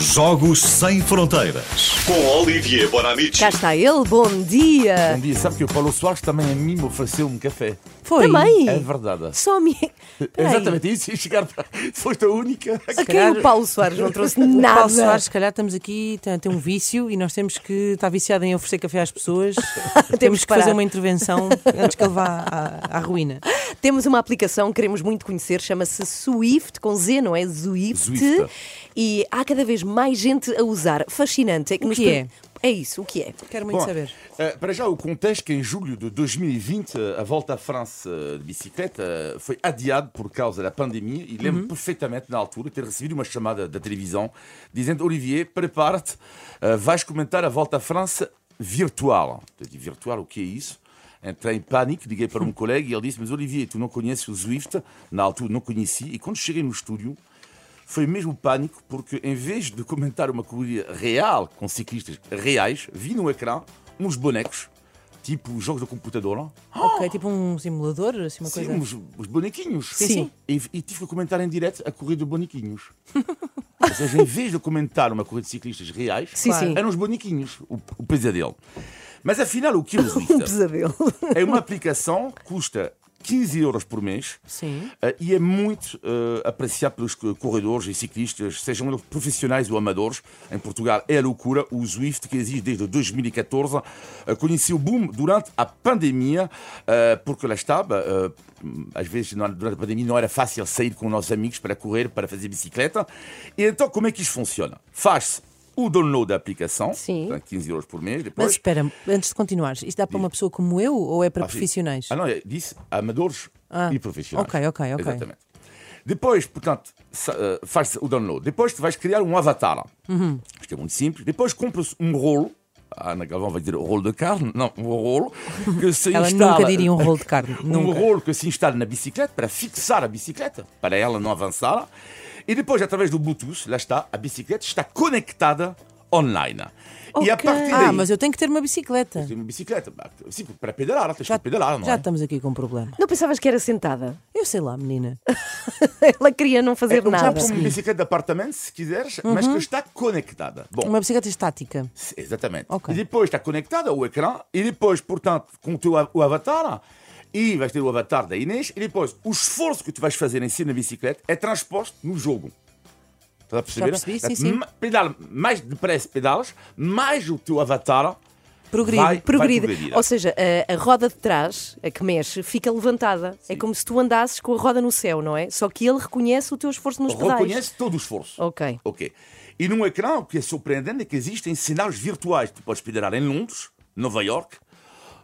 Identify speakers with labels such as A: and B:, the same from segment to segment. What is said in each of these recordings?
A: Jogos Sem Fronteiras. Com Olivier Bonamici.
B: Cá está ele, bom dia!
C: Um dia, sabe que o Paulo Soares também a mim me ofereceu um café.
B: Foi? Também!
C: É verdade.
B: Só me... Peraí.
C: Exatamente isso. E chegar para. Foste a única.
B: A quem o Paulo Soares não trouxe
D: Nada.
B: nada?
D: Paulo Soares, se calhar estamos aqui, tem, tem um vício e nós temos que estar viciado em oferecer café às pessoas. temos,
B: que
D: que
B: parar.
D: fazer uma intervenção antes que ele vá à, à ruína.
B: Temos uma aplicação que queremos muito conhecer, chama-se Swift, com Z, não é? Swift.
C: Zwifta.
B: E há cada vez mais gente a usar. Fascinante. É que, nos
D: que é?
B: É isso, o que é?
D: Quero muito
C: Bom,
D: saber.
C: eh, para já, o contexto que em julho de 2020 eh, a volta à França eh, de bicicleta eh, foi adiado por causa da pandemia e lembro perfeitamente na altura ter recebido uma chamada da televisão dizendo Olivier, prepara-te, eh, vais comentar a volta à França virtual. Eu disse, virtual, o que é isso? Entrei em pânico, liguei para um colega e ele disse, mas Olivier, tu não conheces o Zwift? Na altura não conheci e quando cheguei no estúdio, foi mesmo pânico, porque em vez de comentar uma corrida real, com ciclistas reais, vi no ecrã uns bonecos, tipo jogos do computador,
D: Ok, tipo um simulador, assim, uma
C: sim,
D: coisa.
C: uns, uns bonequinhos.
D: Sim, sim.
C: E, e tive que comentar em direto a corrida de bonequinhos. Ou seja, em vez de comentar uma corrida de ciclistas reais,
B: Sim, Claro. sim.
C: eram os bonequinhos, o, o pesadelo. Mas afinal, o que é o
B: Um
C: Zwift?
B: pesadelo.
C: É uma aplicação que custa 15 euros por mês
D: Sim.
C: eh, e é muito eh, apreciada pelos co- corredores e ciclistas, sejam eles profissionais ou amadores. Em Portugal é a loucura. O Zwift, que existe desde 2014, eh, conheceu o boom durante a pandemia, eh, porque lá estava. eh, às vezes, na- durante a pandemia, não era fácil sair com os nossos amigos para correr, para fazer bicicleta. E então, como é que isto funciona? Faz-se o download da aplicação,
B: Sim.
C: portanto, 15 euros por mês. Depois,
D: Mas espera, antes de continuares, isto dá para uma pessoa como eu ou é para
C: Ah, sim.
D: profissionais?
C: Ah, não, eu disse amadores
D: Ah,
C: e profissionais.
D: ok, ok, ok.
C: Exatamente. Depois, portanto, sa- eh, faz o download. Depois tu vais criar um avatar.
D: Mhm.
C: Isto é muito simples. Depois compras um rolo. A Ana Galvão vai dizer rolo de carne. Não, um rolo. Que se
D: Ela
C: instala,
D: nunca diria um rolo de carne.
C: um
D: nunca.
C: rolo que se instala na bicicleta para fixar a bicicleta, para ela não avançar. E depois, através do Bluetooth, lá está, a bicicleta está conectada online. E a
B: Ok.
C: partir daí.
D: Ah, mas eu tenho que ter uma bicicleta.
C: Tem uma bicicleta, bah, sim, para pedalar, tens
D: Já,
C: que pedalar, não
D: já
C: é?
D: estamos aqui com um problema.
B: Não pensavas que era sentada?
D: Eu sei lá, menina.
B: Ela queria não
C: É
B: fazer
C: um
B: nada.
C: tipo como uma bicicleta de apartamento, se quiseres, mas que está conectada. Bom,
D: Uma bicicleta estática.
C: se- exatamente.
D: Ok.
C: E depois está conectada ao ecrã, e depois, portanto, com o teu a- o avatar, e vais ter o avatar da Inês, e depois o esforço que tu vais fazer em si na bicicleta é transposto no jogo. Estás a perceber?
D: percebi, sim,
C: Portanto,
D: sim.
C: ma- Pedal, mais depressa pedalas, mais o teu avatar
D: Progride,
C: vai,
B: Progride.
C: vai progredir.
B: Ou seja, a, a roda de trás, a que mexe, fica levantada. É como se tu andasses com a roda no céu, não é? Só que ele reconhece o teu esforço nos pedais.
C: reconhece Ah. todo o esforço.
B: Ok.
C: Ok. E num ecrã, o que é surpreendente é que existem cenários virtuais. Tu podes pedalar em Londres, Nova York.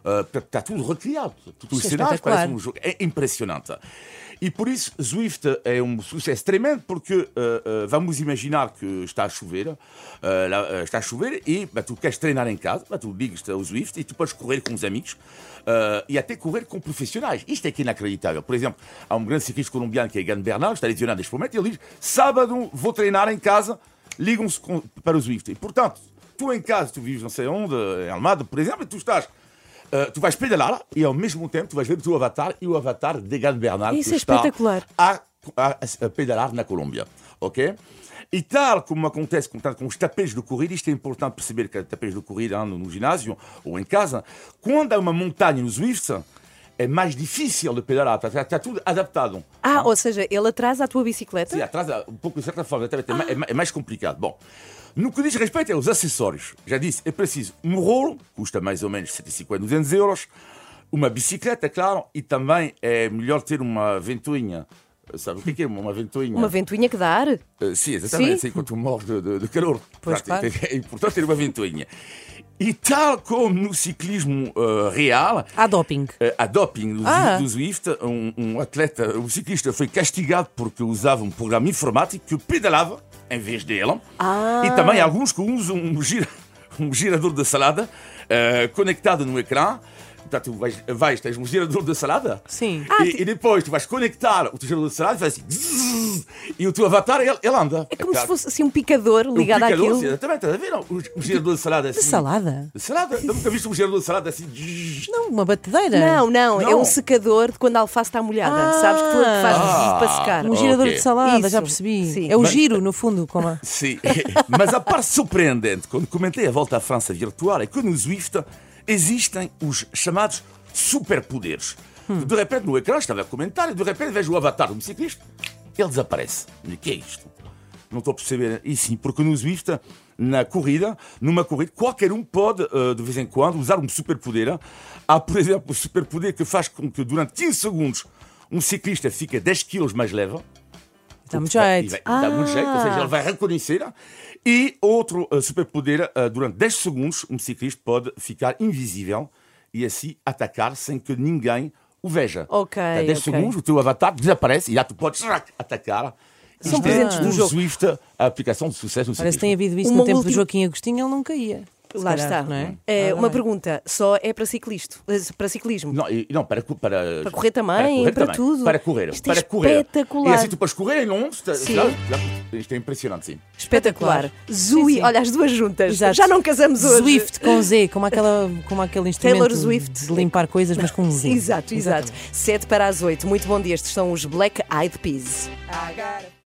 C: Está Ah, tá, tudo recriado. Tudo os
D: Isso é
C: cenários
D: espetacular.
C: parece um jogo. É impressionante. E por isso, Zwift é um sucesso tremendo, porque eh, eh, vamos imaginar que está a chover, eh, lá, eh, está a chover e bah, tu queres treinar em casa, bah, tu ligas ao Zwift e tu podes correr com os amigos eh, e até correr com profissionais. Isto é que é inacreditável. Por exemplo, há um grande ciclista colombiano que é Gan Bernal, está lesionado neste momento, e ele diz: Sábado vou treinar em casa, ligam-se com- para o Zwift. E portanto, tu em casa, tu vives não sei onde, em Almada, por exemplo, e tu estás. eh, tu vais pedalar e ao mesmo tempo tu vais ver o teu avatar e o avatar de Gan Bernal Bolsonaro,
B: Isso
C: que
B: é
C: está
B: espetacular.
C: A, a- a pedalar na Colômbia, ok? E tal como acontece com, com os tapetes de corrida, isto é importante perceber que há tapetes de corrida hein, no, no ginásio ou em casa, quando há uma montanha no Swift, é mais difícil de pedalar, está, está- está tudo adaptado.
B: Ah, ou seja, ele atrasa a tua bicicleta?
C: Sim, atrás um pouco de certa forma, até é, ma-
B: Ah.
C: é ma- é mais complicado. Bom, no que diz respeito aos acessórios, já disse, é preciso um rolo, custa mais ou menos 150, 200 euros, uma bicicleta, é claro, e também é melhor ter uma ventoinha. Sabe o que é que é uma ventoinha?
B: Uma ventoinha que dá ar?
C: Eh, sim, exatamente,
B: Sim.
C: sim, quando tu morres de, de- de calor.
D: Pois,
C: Portanto, É importante ter uma ventoinha. E tal como no ciclismo eh, real,
D: Há doping.
B: É.
C: eh, a doping do,
D: Ah.
C: do Zwift, um, um atleta, um ciclista, foi castigado porque usava um programa informático que pedalava em vez dela.
B: Ah.
C: E também alguns que usam um, gira- um girador de salada eh, conectado no ecrã. Tá, tu vais, vais, tens um gerador de salada?
D: Sim.
B: Ah,
C: e,
B: ti-
C: e depois tu vais conectar o teu gerador de salada e faz assim. zzz, E o teu avatar, ele, ele anda.
B: É como
C: tá-
B: se fosse assim um picador
C: um
B: ligado
C: picador,
B: àquilo.
C: Exatamente, estás a ver? Não, O, o gerador de salada é assim.
D: De salada?
C: De salada? Eu nunca viste um gerador de salada assim. zzz.
D: Não, uma batedeira.
B: Não, não, é
C: Não.
B: um secador de quando a alface está molhada.
D: Ah.
B: Sabes que tu é que fazes
C: Ah.
B: para secar.
D: Um girador
C: Ok.
D: de salada, já
B: Isso,
D: percebi.
B: sim.
D: É o
C: Mas-
D: giro, no fundo. Como a...
C: Sim, mas a parte surpreendente, quando comentei a volta à França virtual, é que no Zwift existem os chamados superpoderes. De repente, no ecrã, estava a comentar e de repente vejo o avatar de um ciclista, ele desaparece. E o que é isto? Não estou a perceber. E sim, porque no Zwift, na corrida, numa corrida, qualquer um pode, eh, de vez em quando, usar um superpoder. Há, por exemplo, o superpoder que faz com que durante 15 segundos um ciclista fica 10 quilos mais leve.
D: Dá muito
C: Vai-
D: jeito.
C: vai- Dá muito jeito, ou seja, ele vai reconhecer. ah, E outro eh, superpoder, eh, durante 10 segundos, um ciclista pode ficar invisível e assim atacar sem que ninguém o veja.
B: Ok,
C: Dá 10
B: ok.
C: segundos, o teu avatar desaparece e já tu podes trac, atacar.
B: São
C: Isto
B: presentes
C: é
B: do
C: o
B: jogo.
C: Swift, a aplicação de sucesso no
D: Parece que
C: ciclismo.
D: tem havido isso
B: Uma
D: no tempo do
B: última-
D: Joaquim Agostinho, ele nunca ia. Se
B: Lá
D: calhar,
B: está.
D: Não é?
B: É,
D: Ora
B: uma
D: bem.
B: pergunta, só é para ciclisto, eh, para ciclismo.
C: Não, e- não para, co- para,
B: Para correr também, para tudo.
C: Para correr.
B: Isto é
C: para correr.
B: espetacular.
C: E assim tu podes correr em Londres. tá-
B: Sim.
C: já- já- Isto é impressionante, sim.
B: Espetacular.
D: Sim,
B: Zui,
D: sim.
B: olha as duas juntas.
D: Exato.
B: Já não casamos hoje.
D: Zwift com Z, como, aquela, como aquele instrumento
B: Taylor Swift.
D: de limpar coisas, mas com um Z.
B: Exato, exato.
D: Exatamente.
B: 7 para as 8. Muito bom dia. Estes são os Black Eyed Peas.